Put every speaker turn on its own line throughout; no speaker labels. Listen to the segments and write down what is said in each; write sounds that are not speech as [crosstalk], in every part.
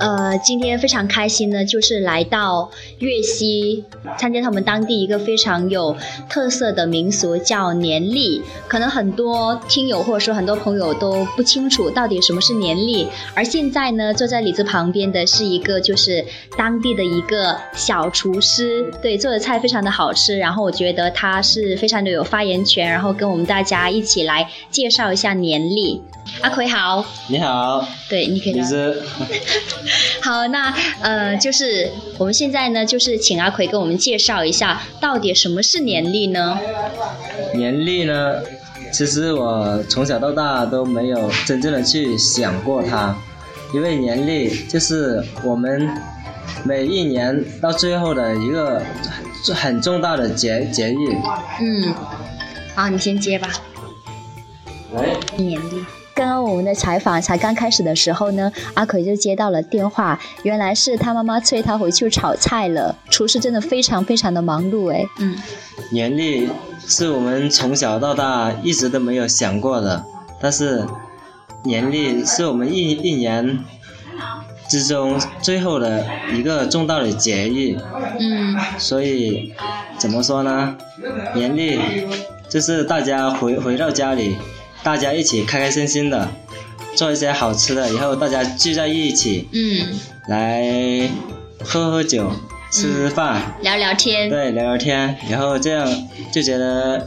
呃今天非常开心呢，就是来到粤西参加他们当地一个非常有特色的民俗，叫年历。可能很多听友或者说很多朋友都不清楚到底什么是年历。而现在呢，坐在李子旁边的是一个就是当地的一个小厨师，对，做的菜非常的好吃。然后我觉得他是非常的有发言权，然后跟我们大家一起来介绍一下年历。阿奎好，
你好，
对，你可以
李
来。
子，
好，那呃，就是我们现在呢，就是请阿奎给我们介绍一下，到底什么是年历呢？
年历呢？其实我从小到大都没有真正的去想过它，因为年历就是我们每一年到最后的一个很很重大的节节日。
嗯，好，你先接吧。
喂，
年历。刚刚我们的采访才刚开始的时候呢，阿奎就接到了电话，原来是他妈妈催他回去炒菜了。厨师真的非常非常的忙碌哎。嗯
年历是我们从小到大一直都没有想过的，但是年历是我们一一年之中最后的一个重大的节日。
嗯
所以怎么说呢？年历就是大家回回到家里，大家一起开开心心的做一些好吃的，以后大家聚在一起
嗯，
来喝喝酒、吃吃饭，
聊聊天。
对，聊聊天，然后这样就觉得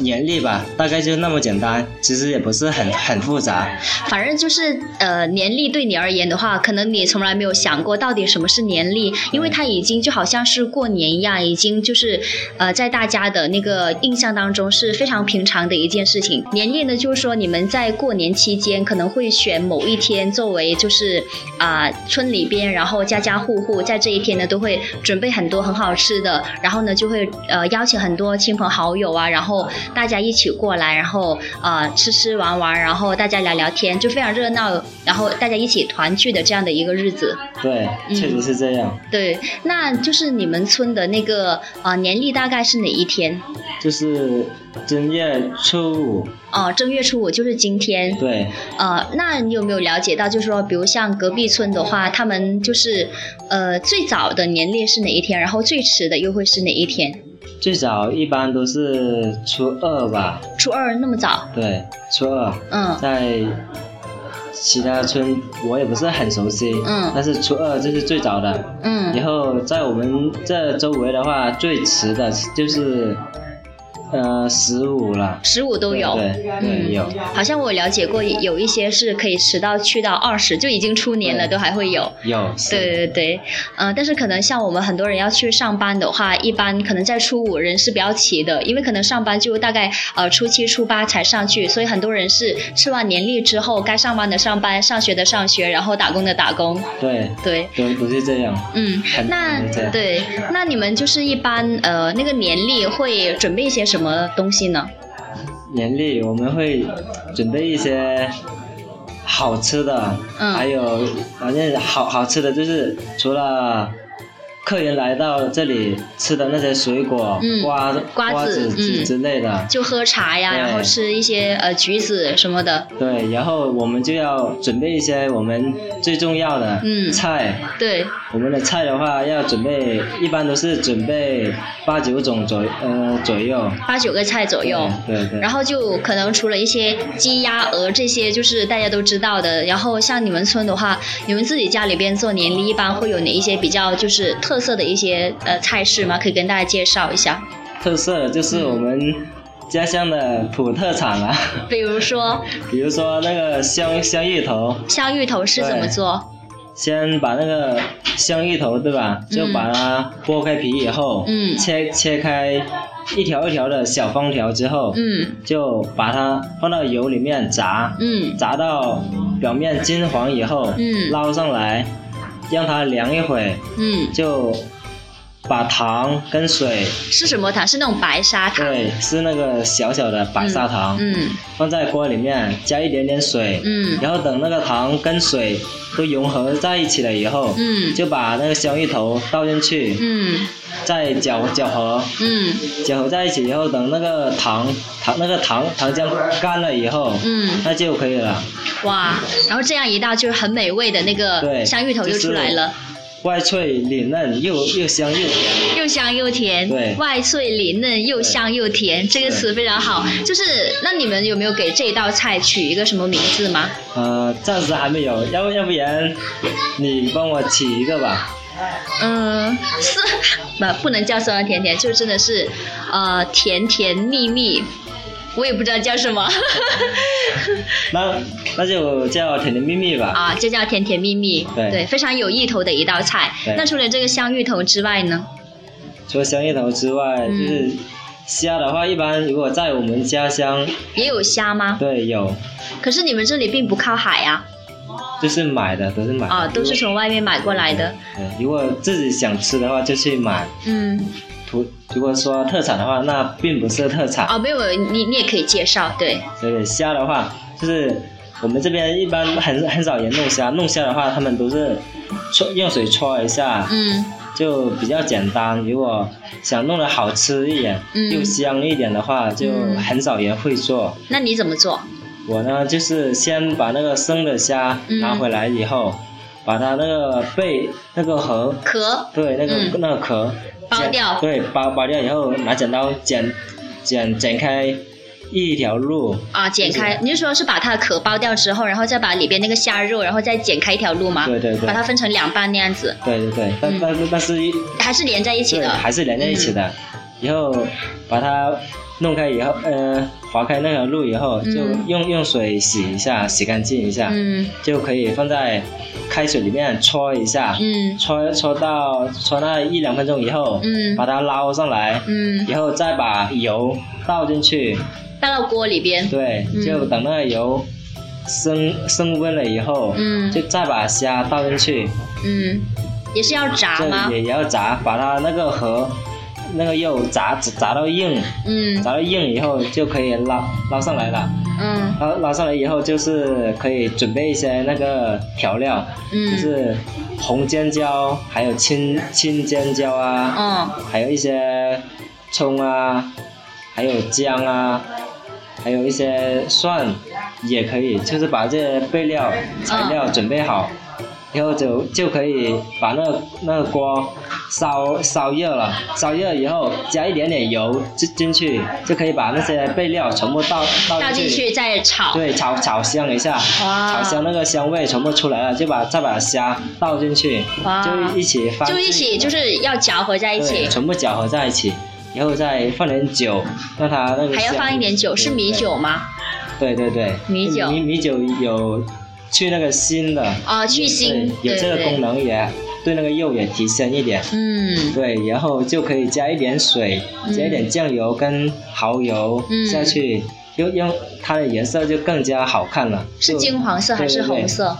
年历吧，大概就那么简单，其实也不是很很复杂。
反正就是呃，年历对你而言的话，可能你从来没有想过到底什么是年历，因为它已经就好像是过年一样，已经就是呃，在大家的那个印象当中是非常平常的一件事情。年历呢，就是说你们在过年期间可能会选某一天作为就是啊、村里边，然后家家户户在这一天呢都会准备很多很好吃的，然后呢就会呃邀请很多亲朋好友啊，然后大家一起过来，然后呃吃吃玩玩，然后大家聊聊天，就非常热闹，然后大家一起团聚的这样的一个日子。
对，
嗯
确实是这样。
对，那就是你们村的那个呃年历大概是哪一天？
就是正月初五，
哦、正月初五就是今天。
对，
呃，那你有没有了解到，就是说，比如像隔壁村的话，他们就是呃最早的年历是哪一天，然后最迟的又会是哪一天？
最早一般都是初二吧，
初二那么早？
对，初二
嗯
在其他村我也不是很熟悉，
嗯
但是初二这是最早的。
嗯
然后在我们这周围的话，最迟的就是呃十五了，
十五都有。
对对
嗯
有，
好像我了解过，有一些是可以迟到去到二十，就已经出年了，
对
都还会有。
有是
对对对，嗯、但是可能像我们很多人要去上班的话，一般可能在初五人是比较齐的，因为可能上班就大概呃初七、初八才上去，所以很多人是吃完年历之后，该上班的上班，上学的上学，然后打工的打工。
对，
对，
都都是这样。
嗯
很，
那
很对
对，那你们就是一般呃那个年历会准备一些什么东西呢？
年历我们会准备一些好吃的，
嗯
还有反正好好吃的就是除了客人来到这里吃的那些水果、
嗯
瓜
瓜子
子之、
嗯
之类的，
就喝茶呀，
对
然后吃一些呃橘子什么的。
对，然后我们就要准备一些我们最重要的
嗯
菜。
对，
我们的菜的话要准备，一般都是准备八九种左呃左右。
八九个菜左右。
对对对。
然后就可能除了一些鸡、鸭、鹅这些，就是大家都知道的。然后像你们村的话，你们自己家里边做年历，一般会有哪一些比较就是特色的一些呃菜式吗？可以跟大家介绍一下。
特色就是我们家乡的土特产了、
比如说
比如说那个香香芋头，
香芋头是怎么做？
先把那个香芋头对吧，就把它剥开皮以后，
嗯
切切开一条一条的小方条之后，
嗯
就把它放到油里面炸，
嗯
炸到表面金黄以后，
嗯
捞上来，让它凉一会，
嗯，
就把糖跟水，
是什么糖？是那种白砂糖。
对，是那个小小的白砂糖，
嗯
放在锅里面加一点点水，
嗯
然后等那个糖跟水都融合在一起了以后，
嗯
就把那个香芋头倒进去，
嗯
再搅搅和，
嗯
搅和在一起以后，等那个糖糖那个糖糖浆干了以后，
嗯，
那就可以了。
哇，然后这样一道就是很美味的那个
对
香芋头就出来了，
外脆里嫩，又又香又甜。
又香又甜，
对
外脆里嫩，又香又甜，这个词非常好。就是那你们有没有给这道菜取一个什么名字吗？
呃，暂时还没有，要不要不然你帮我起一个吧？
嗯，是不不能叫酸酸甜甜，就真的是呃甜甜蜜蜜，我也不知道叫什 [laughs] 么
那那就叫甜甜蜜蜜吧。
啊，就叫甜甜蜜蜜，
对
非常有意头的一道菜
对。
那除了这个香芋头之外呢？
除了香芋头之外，
嗯
就是虾的话，一般如果在我们家乡，
也有虾吗？
对，有，
可是你们这里并不靠海啊，
就是买的都是买的
啊，都是从外面买过来的。
对，如果自己想吃的话，就去买。
嗯，
不，如果说特产的话，那并不是特产。
哦，没有，你你也可以介绍，对，
对，虾的话，就是我们这边一般很很少人弄虾，弄虾的话，他们都是搓用水搓一下，
嗯
就比较简单。如果想弄得好吃一点，
嗯
又香一点的话，就
嗯
很少人会做。
那你怎么做？
我呢，就是先把那个生的虾
嗯
拿回来以后，把它那个背那个核，
壳
对，那个、
嗯
那个壳
剥
剪
掉
对，剥剥掉以后拿剪刀剪剪剪开一条路，
啊，剪开，你是说是把它的壳剥掉之后，然后再把里边那个虾肉，然后再剪开一条路吗？
对对对
啊把它分成两半那样子，
对对对，但、
嗯
但是但是一
还是连在一起
对
的。
还是连在一起的，
嗯
以后把它弄开以后，呃，划开那条路以后，就
嗯
用用水洗一下，洗干净一下，
嗯
就可以放在开水里面搓一下，
嗯
搓搓到搓那一两分钟以后，
嗯
把它捞上来，
嗯，
以后再把油倒进去，
倒到锅里边。
对，
嗯
就等那个油升升温了以后，
嗯
就再把虾倒进去，
嗯，也是要炸吗
这？也要炸，把它那个和那个肉炸炸到硬，
嗯
炸到硬以后就可以捞捞上来了。
嗯
捞捞上来以后就是可以准备一些那个调料，就
嗯
是红尖椒，还有青青尖椒啊，
哦
还有一些葱啊，还有姜啊，还有一些蒜也可以，就是把这些备料材料准备好，以后就就可以把那个那个锅烧烧热了，烧热以后加一点点油进进去，就可以把那些备料全部倒
倒
倒
进
进去。
去再炒。
对，炒炒香一下，
哇
炒香那个香味全部出来了，就把再把虾倒进去
哇，
就一起翻
就
进，
一起，就是要搅和在一
对，
起，
全部搅和在一起，然后再放点酒，让它那个
还要
香
放一点酒，
对
是米酒吗？
对对对，
米酒
米米酒有去那个腥的，
哦，去腥
对，，有
对
这个功。能也对那个肉也提升一点。
对嗯
对，然后就可以加一点水，
嗯
加一点酱油跟蚝油
嗯
下去，就让它的颜色就更加好看了。
是
就
金黄色还是红？色？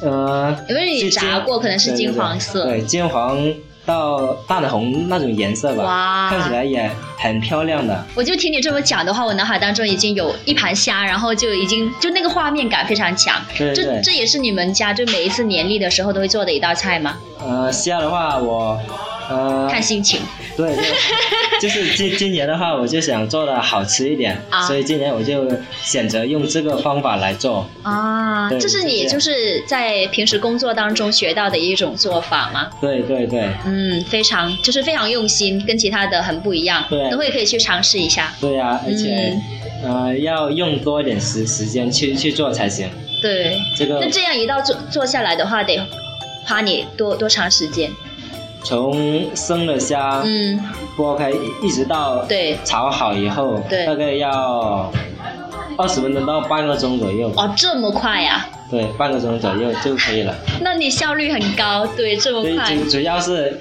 对对对呃，
因为你
是
炸
金
过，可能是
对对
金
对
黄色。
对，金黄到淡红那种颜色吧，
哇，
看起来也很漂亮的。
我就听你这么讲的话，我脑海当中已经有一盘虾，然后就已经就那个画面感非常强。
对对
这
对，
这也是你们家就每一次年例的时候都会做的一道菜吗？
呃，虾的话我，呃，
看心情。[laughs]
对对，就是今今年的话，我就想做的好吃一点，
啊
所以今年我就选择用这个方法来做。
啊，
对
这是你
是
就是在平时工作当中学到的一种做法吗？
对对对
嗯，非常就是非常用心，跟其他的很不一样，
对
都会可以去尝试一下。
对呀、而且、
嗯
呃要用多一点时时间去去做才行。
对，
这个
那这样一道做做下来的话，得花你多多长时间？
从生了虾
嗯，
剥开，一直到
对，
炒好以后，
对
大概要二十分钟到半个钟左右，
哦，这么快呀、
对，半个钟左右就可以了。
那你效率很高，对，这么
所以
快
主主要是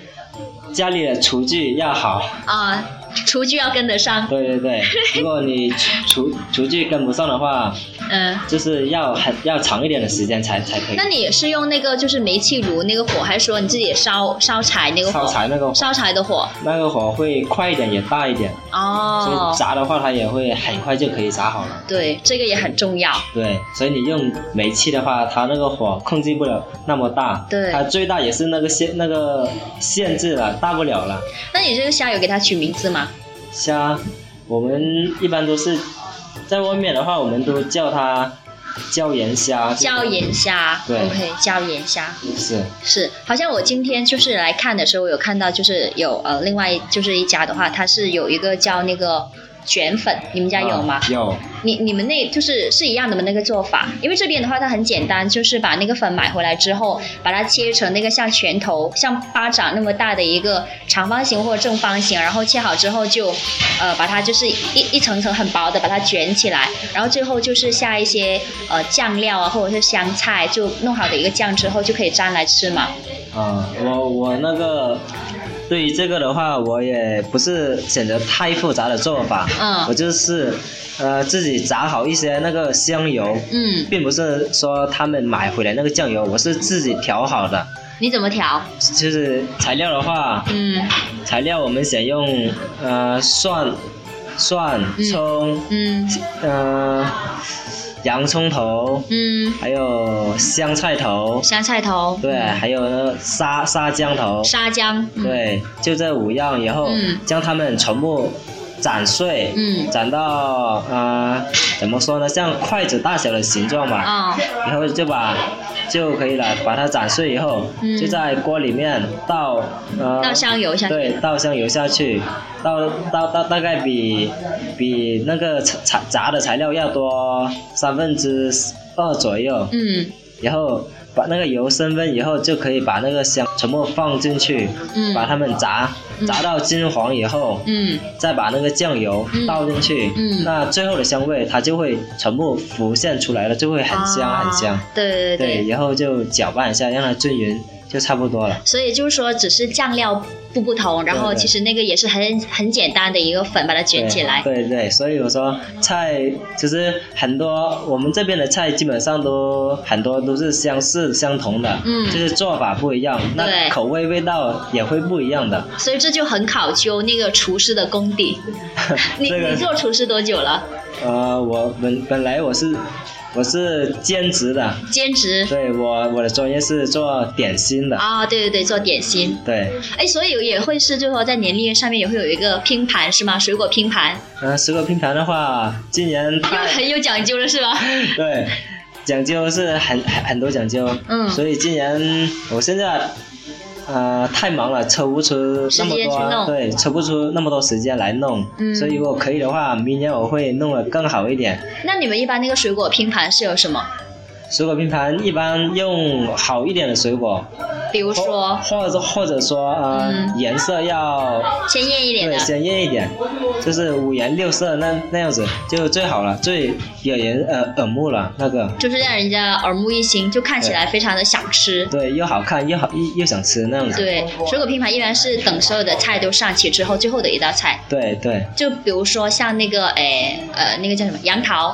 家里的厨具要好，
啊，厨具要跟得上，
对对
[laughs]
对。如果你厨厨厨具跟不上的话，
嗯。
就是要很要长一点的时间才才可以
那。你是用那个就是煤气炉那个火，还是说你自己烧烧柴那个火？
烧柴那个
烧柴的火
那个火会快一点，也大一点，所
哦
以，炸的话它也会很快就可以炸好了。
对，这个也很重要。
对，所以你用煤气的话，它那个火控制不了那么大，
对
它最大也是那个限那个限制了，大不了了。
那你这个虾有给它取名字吗？
虾，我们一般都是在外面的话，我们都叫它椒盐虾，
椒盐虾
对
，OK，椒盐虾
是
是，好像我今天就是来看的时候，有看到就是有呃，另外就是一家的话，它是有一个叫那个卷粉，你们家有吗？
啊有，
你你们那就是是一样的吗？那个做法，因为这边的话它很简单，就是把那个粉买回来之后，把它切成那个像拳头、像巴掌那么大的一个长方形或者正方形，然后切好之后就，呃，把它就是一一层层很薄的把它卷起来，然后最后就是下一些呃酱料啊或者是香菜，就弄好的一个酱之后就可以蘸来吃嘛。
啊，我我那个对于这个的话，我也不是选择太复杂的做法，
嗯
我就是呃自己炸好一些那个香油，
嗯，
并不是说他们买回来那个酱油，我是自己调好的，
你怎么调？
就是材料的话，
嗯
材料我们选用呃蒜、蒜、
嗯
葱，
嗯
嗯、呃，洋葱头，
嗯，
还有香菜头，
香菜头，
对，还有那个沙沙姜头，
嗯沙姜，嗯，
对，就这五样，然后
嗯
将它们全部斩碎，
嗯
斩到呃，怎么说呢，像筷子大小的形状吧，
啊、
然后就把就可以了，把它斩碎以后，
嗯
就在锅里面倒呃，
倒香油下去。
对，倒香油下去，倒倒倒大概比比那个材材炸的材料要多三分之二左右，
嗯
然后把那个油升温以后，就可以把那个香全部放进去，
嗯
把它们炸
嗯
炸到金黄以后，
嗯
再把那个酱油
嗯
倒进去，
嗯
那最后的香味它就会全部浮现出来了，就会很香、
啊
很香。
对对
对，然后就搅拌一下，让它均匀，就差不多了。
所以就是说，只是酱料不不同，然后
对对
其实那个也是很很简单的一个粉，把它卷起来。
对对对，所以我说菜其实很多，我们这边的菜基本上都很多都是相似相同的，
嗯
就是做法不一样，
对
那口味味道也会不一样的。
所以这就很考究那个厨师的功底。 [laughs] 你、
这
你
个
做厨师多久了？
呃，我本本来我是我是兼职的，
兼职
对我我的专业是做点心的，
啊、对对对，做点心。
对，
哎，所以也会是就是说在年历上面也会有一个拼盘是吗？水果拼盘，
呃，水果拼盘的话，今年
又
太
很有讲究了是吧？
对，讲究是很很很多讲究，
嗯
所以今年我现在呃太忙了，抽不出那么
时间去弄
多，对，抽不出那么多时间来弄，
嗯
所以如果可以的话，明年我会弄得更好一点。
那你们一般那个水果拼盘是有什么？
水果拼盘一般用好一点的水果，
比如
或
说
或者或者说呃、
嗯
颜色要
鲜艳一点
对
的，
鲜艳一点，就是五颜六色那那样子就最好了，最惹人呃耳目了那个。
就是让人家耳目一新，就看起来非常的想吃。
对，又好看又好又又想吃那样子。
对，水果拼盘一般是等所有的菜都上齐之后，最后的一道菜。
对对，
就比如说像那个诶呃那个叫什么杨桃，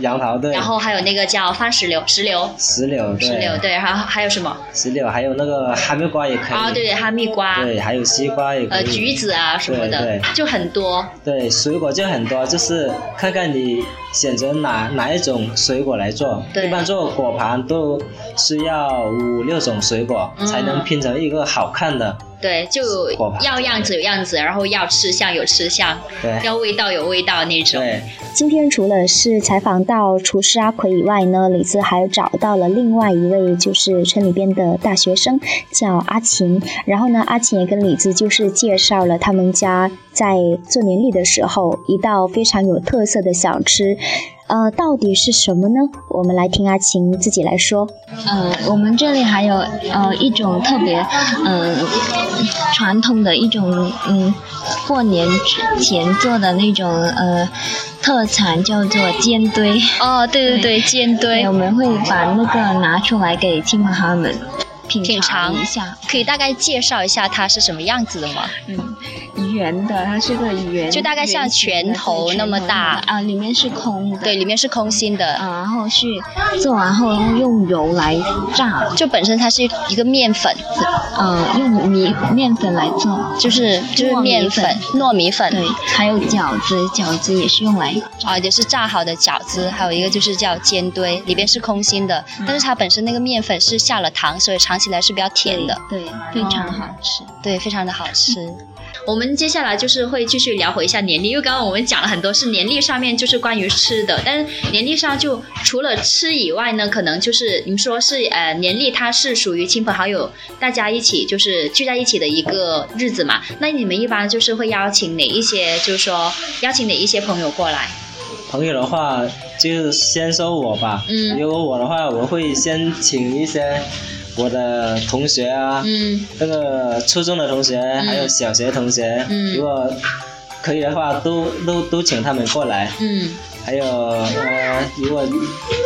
杨桃对，
然后还有那个叫番石榴，石榴，
石榴对，
石榴对，然后还有什么
石榴还有那个哈密瓜也可以，
啊？对对，哈密瓜，
对还有西瓜也可
呃
以，
橘子啊什么
对
的，
对
就很多。
对，水果就很多，就是看看你选择哪哪一种水果来做。
对
一般做果盘都需要五六种水果、
嗯
才能拼成一个好看的。
对，就
果
有
盘
要样子有样子，然后要吃相有吃相，
对
要味道有味道那种。
对，
今天除了是采访到厨师阿奎以外呢，李子还找到了另外一位就是村里边的大学生，叫阿琴。然后呢，阿琴也跟李子就是介绍了他们家在做年历的时候一道非常有特色的小吃，呃，到底是什么呢？我们来听阿琴自己来说。
呃，我们这里还有呃一种特别呃传统的一种嗯过年之前做的那种呃特产叫做煎堆，
哦，对对对，煎堆
我们会把那个拿出来给亲朋好友们品
品尝
尝一下。
可以大概介绍一下它是什么样子的吗？
嗯，圆的，它是个圆，
就大概像
圆形的
拳头
对
那么
拳头
大
啊，里面是空的。
对，里面是空心的，
啊，然后是做完后用油来炸，
就本身它是一个面粉，
呃，用米面粉来做，
就是就是
糯米
面粉、糯米粉，
对，还有饺子，饺子也是用来
啊，也是炸好的饺嗯子，还有一个就是叫煎堆，里边是空心的，但是它本身那个面粉是下了糖，所以尝尝起来是比较甜的，
对，非常好吃。
对，非常的好吃。我们接下来就是会继续聊回一下年历，因为刚刚我们讲了很多是年历上面就是关于吃的，但是年历上就除了吃以外呢，可能就是你们说是呃年历它是属于亲朋好友大家一起就是聚在一起的一个日子嘛，那你们一般就是会邀请哪一些，就是说邀请哪一些朋友过来？
朋友的话，就先说我吧。
嗯
如果我的话，我会先请一些我的同学啊，
嗯
那个初中的同学，还有小学同学，
嗯
如果可以的话，都都都请他们过来。
嗯
还有呃，如果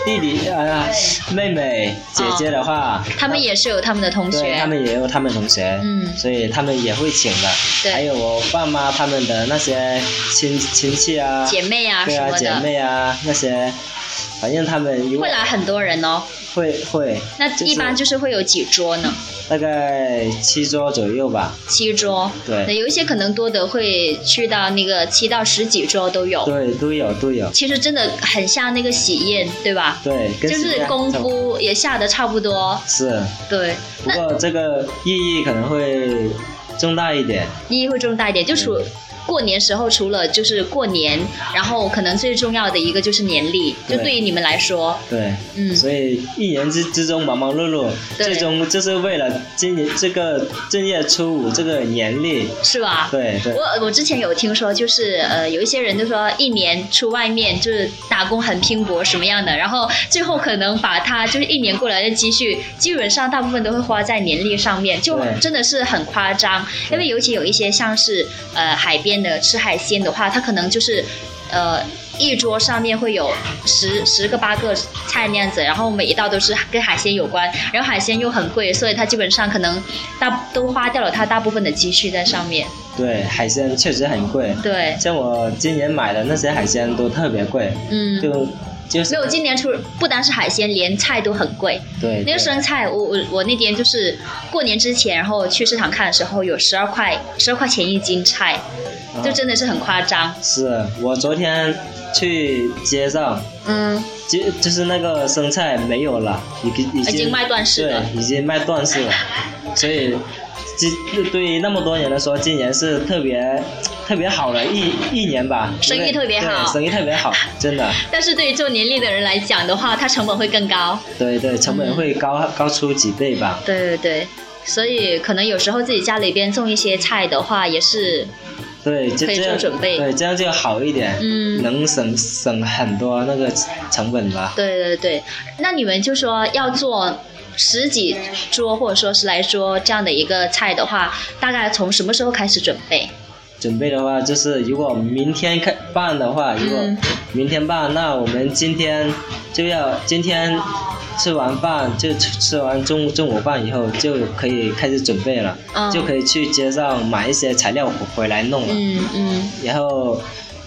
弟弟啊、妹妹、姐姐的话，
哦他们也是有他们的同
对，
学，
他们也有他们同学，
嗯
所以他们也会请的。
对
还有我爸妈他们的那些亲亲戚啊，
姐妹啊
对
什
啊，
么
姐
的，
妹啊那些，反正他们如果
会来很多人哦。
会会，
那
就是
一般就是会有几桌呢？
大概七桌左右吧。
七桌。
对
有一些可能多的会去到那个七到十几桌都有。
对，都有都有，
其实真的很像那个喜宴，对吧？
对，跟
就
其
是
他
功夫也下的差不多，
是，
对，
不过这个意义可能会重大一点。
意义会重大一点。就
嗯
除过年时候，除了就是过年，然后可能最重要的一个就是年历，就
对
对于你们来说，
对，
嗯，
所以一年之之中忙忙碌碌，
对
最终就是为了今年这个正月初五这个年历，
是吧？
对对
我我之前有听说，就是呃，有一些人就说一年出外面就是打工很拼搏什么样的，然后最后可能把他就是一年过来的积蓄，基本上大部分都会花在年历上面，就
对
真的是很夸张。因为尤其有一些像是呃海边的吃海鲜的话，他可能就是呃。一桌上面会有十十个八个菜那样子，然后每一道都是跟海鲜有关，然后海鲜又很贵，所以他基本上可能大都花掉了他大部分的积蓄在上面。
对，海鲜确实很贵，
对，
像我今年买的那些海鲜都特别贵，
嗯，
就就是
没有，今年除不单是海鲜，连菜都很贵。
对
那
对
个生菜，我我我那天就是过年之前，然后去市场看的时候，有十二块十二块钱一斤菜，
啊
就真的是很夸张。
是我昨天去街上，
嗯，
就就是那个生菜没有了，已经已
已
经
经卖断市了
对，已经卖断市了，所以今对于那么多年来说，今年是特别特别好的一一年吧，
生意
因为
特别好
对生意特别好，真的，
但是对于做年历的人来讲的话，它成本会更高。
对对，成本会高、高出几倍吧，
对对对。所以可能有时候自己家里边种一些菜的话，也是
对，就
可以
这样
做准备
对，这样就好一点，
嗯
能省省很多那个成本吧，
对对对。那你们就说要做十几桌或者说十来桌这样的一个菜的话，大概从什么时候开始准备？
准备的话，就是如果明天开办的话，如果
嗯
明天办，那我们今天就要今天吃完饭就吃吃完中中午饭以后就可以开始准备了，
嗯
就可以去街上买一些材料回回来弄了，
嗯嗯。
然后。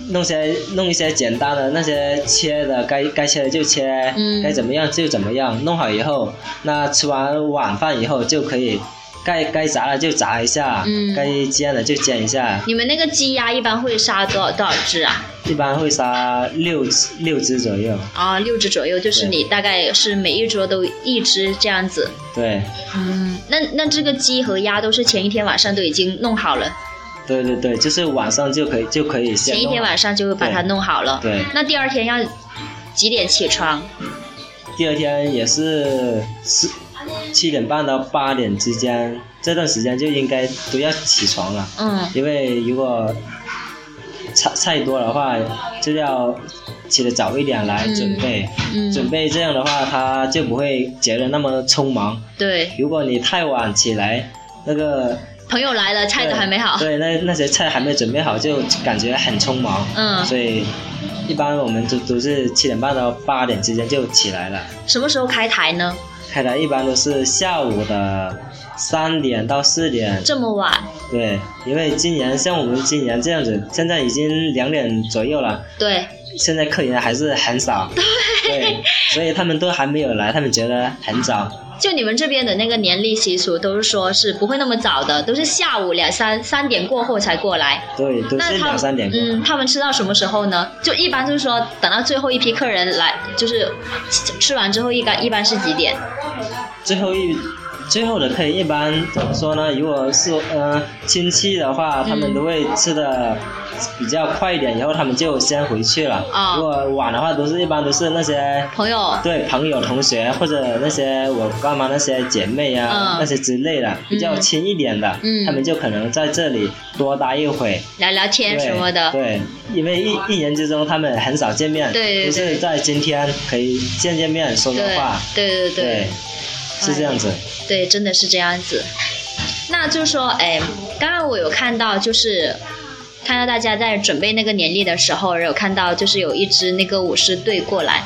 弄些弄一些简单的那些切的，该该切的就切，
嗯
该怎么样就怎么样。弄好以后，那吃完晚饭以后就可以，该该炸的就炸一下，
嗯
该煎的就煎一下，
你们那个鸡鸭一般会杀多少多少只啊？
一般会杀六只六只左右，
啊，六只左右，就是
对
你大概是每一桌都一只这样子。
对，
嗯，那那这个鸡和鸭都是前一天晚上都已经弄好了，
对对对，就是晚上就可以就可以先
前一
弄
天晚上就会把它
对
弄好了。
对，
那第二天要几点起床？
第二天也是四七点半到八点之间，这段时间就应该都要起床了，
嗯
因为如果菜菜多的话，就要起得早一点来
嗯
准备，
嗯，
准备这样的话，它就不会觉得那么匆忙。
对，
如果你太晚起来，那个
朋友来了，菜都
对
还没好。
对，那那些菜还没准备好，就感觉很匆忙。
嗯，
所以一般我们都都是七点半到八点之间就起来了，
什么时候开台呢？
开台一般都是下午的三点到四点。
这么晚？
对，因为今年像我们今年这样子，现在已经两点左右了，
对，
现在客人还是很少。对，所以他们都还没有来，他们觉得很早。
就你们这边的那个年历习俗，都是说是不会那么早的，都是下午两三三点过后才过来。
对，都
那
是
他
两
们
三点过。
嗯，他们吃到什么时候呢？就一般就是说，等到最后一批客人来，就是吃吃完之后一般一般是几点？
最后一最后的 K 一般怎么说呢？如果是呃亲戚的话，他们都会吃的比较快一点，然后他们就先回去了。
啊
如果晚的话，都是一般都是那些
朋友，
对朋友、同学或者那些我爸妈那些姐妹呀、
嗯
那些之类的，比较亲一点的，
嗯
他们就可能在这里多待一会。
聊聊天什么的，
对，对因为一一年之中他们很少见面，
对对对
就是在今天可以见见面说说
对
话，
对对对
是这样子。
对，真的是这样子。那就是说，哎，刚刚我有看到，就是看到大家在准备那个年历的时候，有看到就是有一支那个舞狮队过来。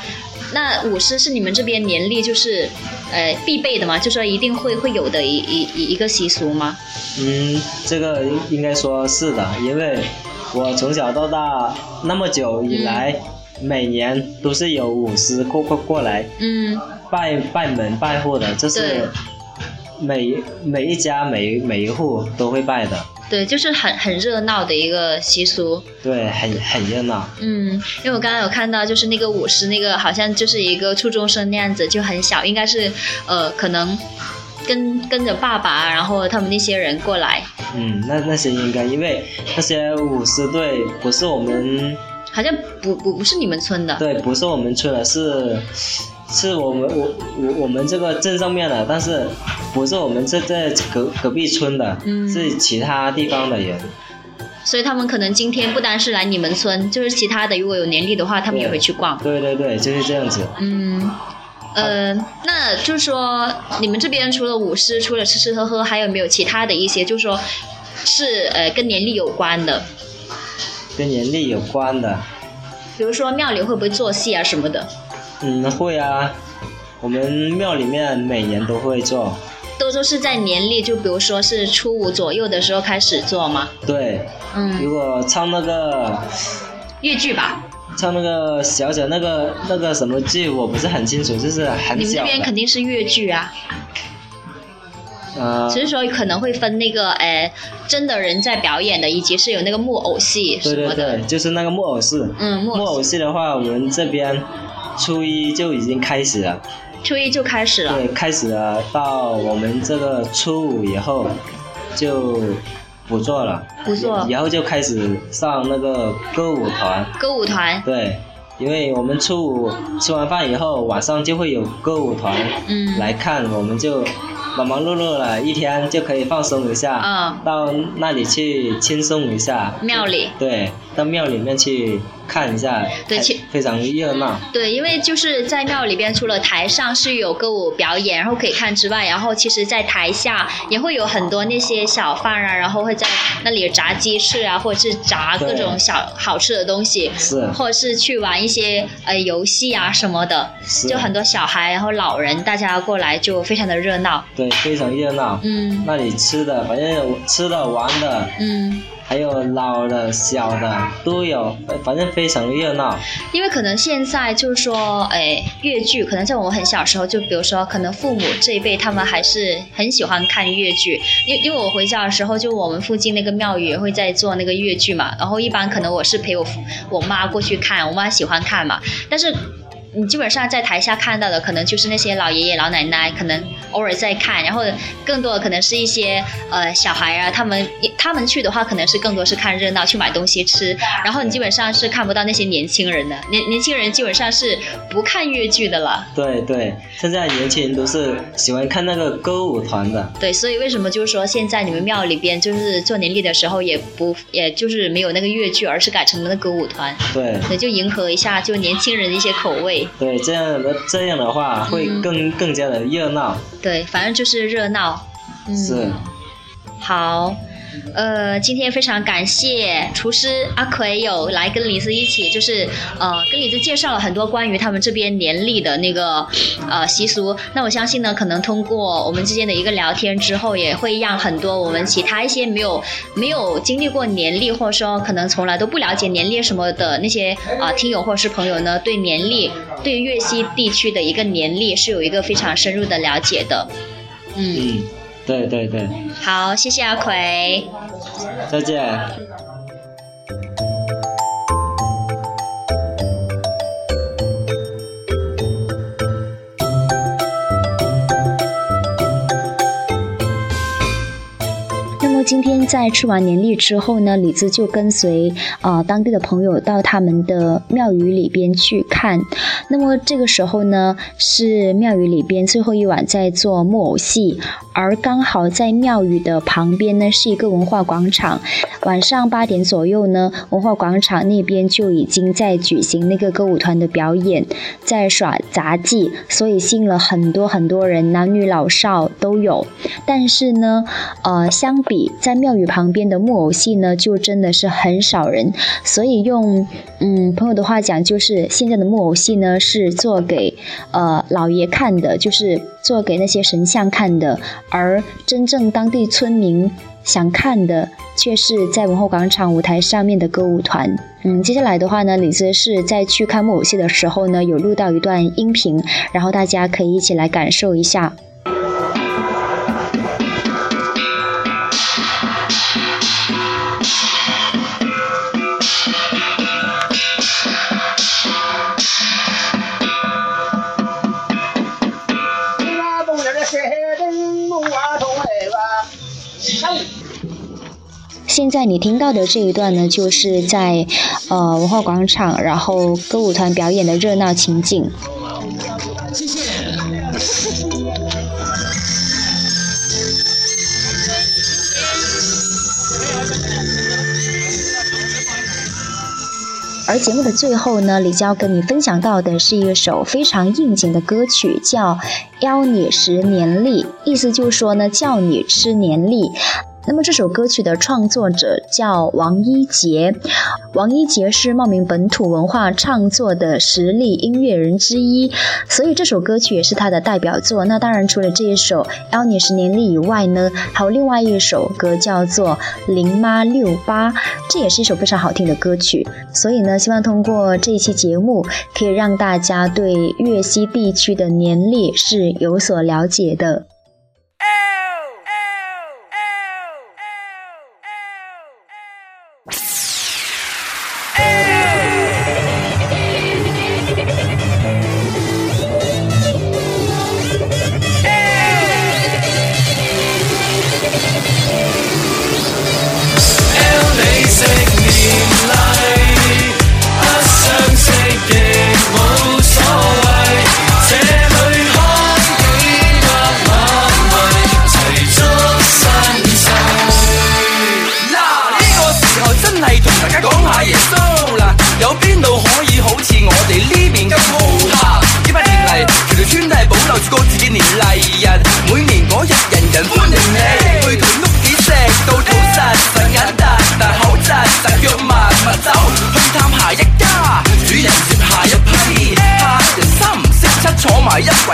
那舞狮是你们这边年历就是呃必备的吗？就说一定会会有的一一一一个习俗吗？
嗯，这个应应该说是的，因为我从小到大那么久以来，每年都是有舞狮过过过来
嗯
拜拜门拜户的，
对
这是每每一家每每一户都会拜的，
对，就是很很热闹的一个习俗。
对，很很热闹。
嗯，因为我刚刚有看到，就是那个舞狮，那个好像就是一个初中生那样子，就很小，应该是呃，可能跟跟着爸爸，然后他们那些人过来，
嗯，那那些应该，因为那些舞狮队不是我们，
好像不不不是你们村的。
[laughs] 对，不是我们村的，是是我们我我我们这个镇上面的，但是不是我们这这隔隔壁村的，
嗯
是其他地方的人。
所以他们可能今天不单是来你们村，就是其他的，如果有年历的话，他们也
对
会去逛。
对对对，就是这样子。
嗯，呃，那就是说你们这边除了舞狮，除了吃吃喝喝，还有没有其他的一些，就是说是呃跟年历有关的，
跟人力有关的，
比如说庙里会不会做戏啊什么的，
嗯，会啊，我们庙里面每年都会做，
都都是在年历，就比如说是初五左右的时候开始做吗？
对，
嗯，
如果唱那个
越剧吧，
唱那个小小那个那个什么剧，我不是很清楚，就是很
你们这
小
边肯
的，
定是越剧啊，
呃，
只是说可能会分那个呃真的人在表演的，以及是有那个木偶戏什
对
么
对
的。
对，就是那个木偶戏。
嗯，木
木
偶
偶戏的话，我们这边初一就已经开始了，
初一就开始了，
对，开始了，到我们这个初五以后就不做了，
不做
然后就开始上那个歌舞团，
歌舞团，
对，因为我们初五吃完饭以后，晚上就会有歌舞团
嗯，
来看，我们就忙忙碌碌了一天，就可以放松一下，
嗯
到那里去轻松一下，
庙里。
对，到庙里面去看一下，
对
还
去嗯
非常热闹。
对，因为就是在庙里边，除了台上是有歌舞表演，然后可以看之外，然后其实，在台下也会有很多那些小贩啊，然后会在那里炸鸡翅啊，或者是炸各种
对
小好吃的东西，
是
或者是去玩一些呃游戏啊什么的，
是
就很多小孩，然后老人，大家过来就非常的热闹。
对，非常热闹。
嗯
那里吃的，反正有吃的、玩的，
嗯，
还有老的、小的都有，反正非常热闹。
因为可能现在就是说，哎，越剧可能在我们很小时候，就比如说，可能父母这一辈他们还是很喜欢看越剧，因因为我回家的时候，就我们附近那个庙宇也会在做那个越剧嘛，然后一般可能我是陪我父我妈过去看，我妈喜欢看嘛，但是。你基本上在台下看到的，可能就是那些老爷爷老奶奶，可能偶尔在看，然后更多的可能是一些呃小孩啊，他们他们去的话，可能是更多是看热闹，去买东西吃，然后你基本上是看不到那些年轻人的，年年轻人基本上是不看越剧的了。
对对，现在年轻人都是喜欢看那个歌舞团的。
对，所以为什么就是说现在你们庙里边就是做年历的时候也不，也就是没有那个越剧，而是改成了那个歌舞团，
对
对，就迎合一下就年轻人的一些口味。
对，这样的这样的话会
嗯
更更加的热闹。
对，反正就是热闹。嗯，
是，
好，呃，今天非常感谢厨师阿奎有来跟李子一起，就是呃，跟李子介绍了很多关于他们这边年历的那个呃习俗。那我相信呢，可能通过我们之间的一个聊天之后，也会让很多我们其他一些没有没有经历过年历，或者说可能从来都不了解年历什么的那些啊、呃听友或者是朋友呢，对年历，对粤西地区的一个年历是有一个非常深入的了解的。嗯，
嗯，对对对，
好，谢谢阿奎。
再见。
今天在吃完年例之后呢，李子就跟随呃当地的朋友到他们的庙宇里边去看。那么这个时候呢，是庙宇里边最后一晚在做木偶戏，而刚好在庙宇的旁边呢是一个文化广场。晚上八点左右呢，文化广场那边就已经在举行那个歌舞团的表演，在耍杂技，所以吸引了很多很多人，男女老少都有。但是呢，呃，相比在庙宇旁边的木偶戏呢，就真的是很少人。所以用嗯朋友的话讲，就是现在的木偶戏呢是做给呃老爷看的，就是做给那些神像看的，而真正当地村民想看的却是在文化广场舞台上面的歌舞团。嗯，接下来的话呢，李子是在去看木偶戏的时候呢，有录到一段音频，然后大家可以一起来感受一下。现在你听到的这一段呢，就是在呃文化广场，然后歌舞团表演的热闹情景。而节目的最后呢，李娇跟你分享到的是一首非常应景的歌曲，叫《邀你食年例》，意思就是说呢，叫你吃年例。那么这首歌曲的创作者叫王一杰，王一杰是茂名本土文化创作的实力音乐人之一，所以这首歌曲也是他的代表作。那当然，除了这一首《邀你十年历》以外呢，还有另外一首歌叫做《零妈六八》，这也是一首非常好听的歌曲。所以呢，希望通过这一期节目，可以让大家对粤西地区的年历是有所了解的。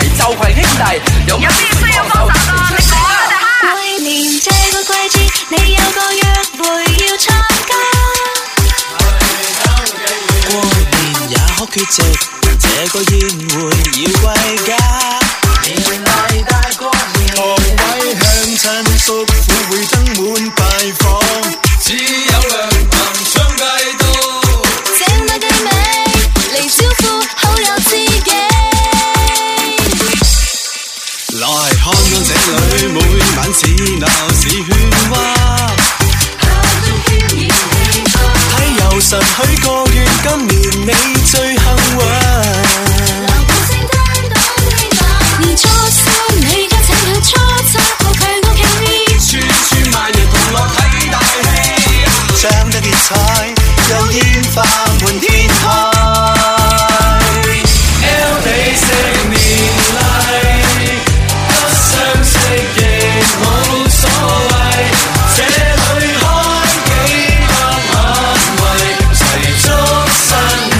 有邊需要幫手啊？你講啊，大哈！每年這個季節，你有個約會要參加。
過年也可缺席，這個宴會要歸家。
年例大過年，
各位鄉親叔父會登門拜訪，
只有兩啖相繼到。
請你哋尾嚟招呼好友知己。
來看看這裏，每晚似鬧是喧譁，睇遊神許個願，今年你最幸運。
年初三你家請佢，初七到佢屋
企，串串萬人同樂睇大戲，
張得結彩，有煙花滿天台。
這裏開幾百萬米，齊聚。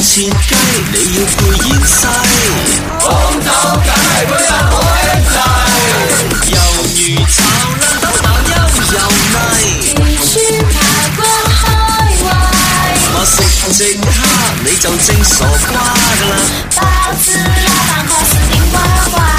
切雞，你要配煙西。黃豆梗係配得海制，猶如炒冷豆鬧優又膩。我食只蝦，你就正傻瓜㗎啦。
包子、拉面、花式顶呱呱。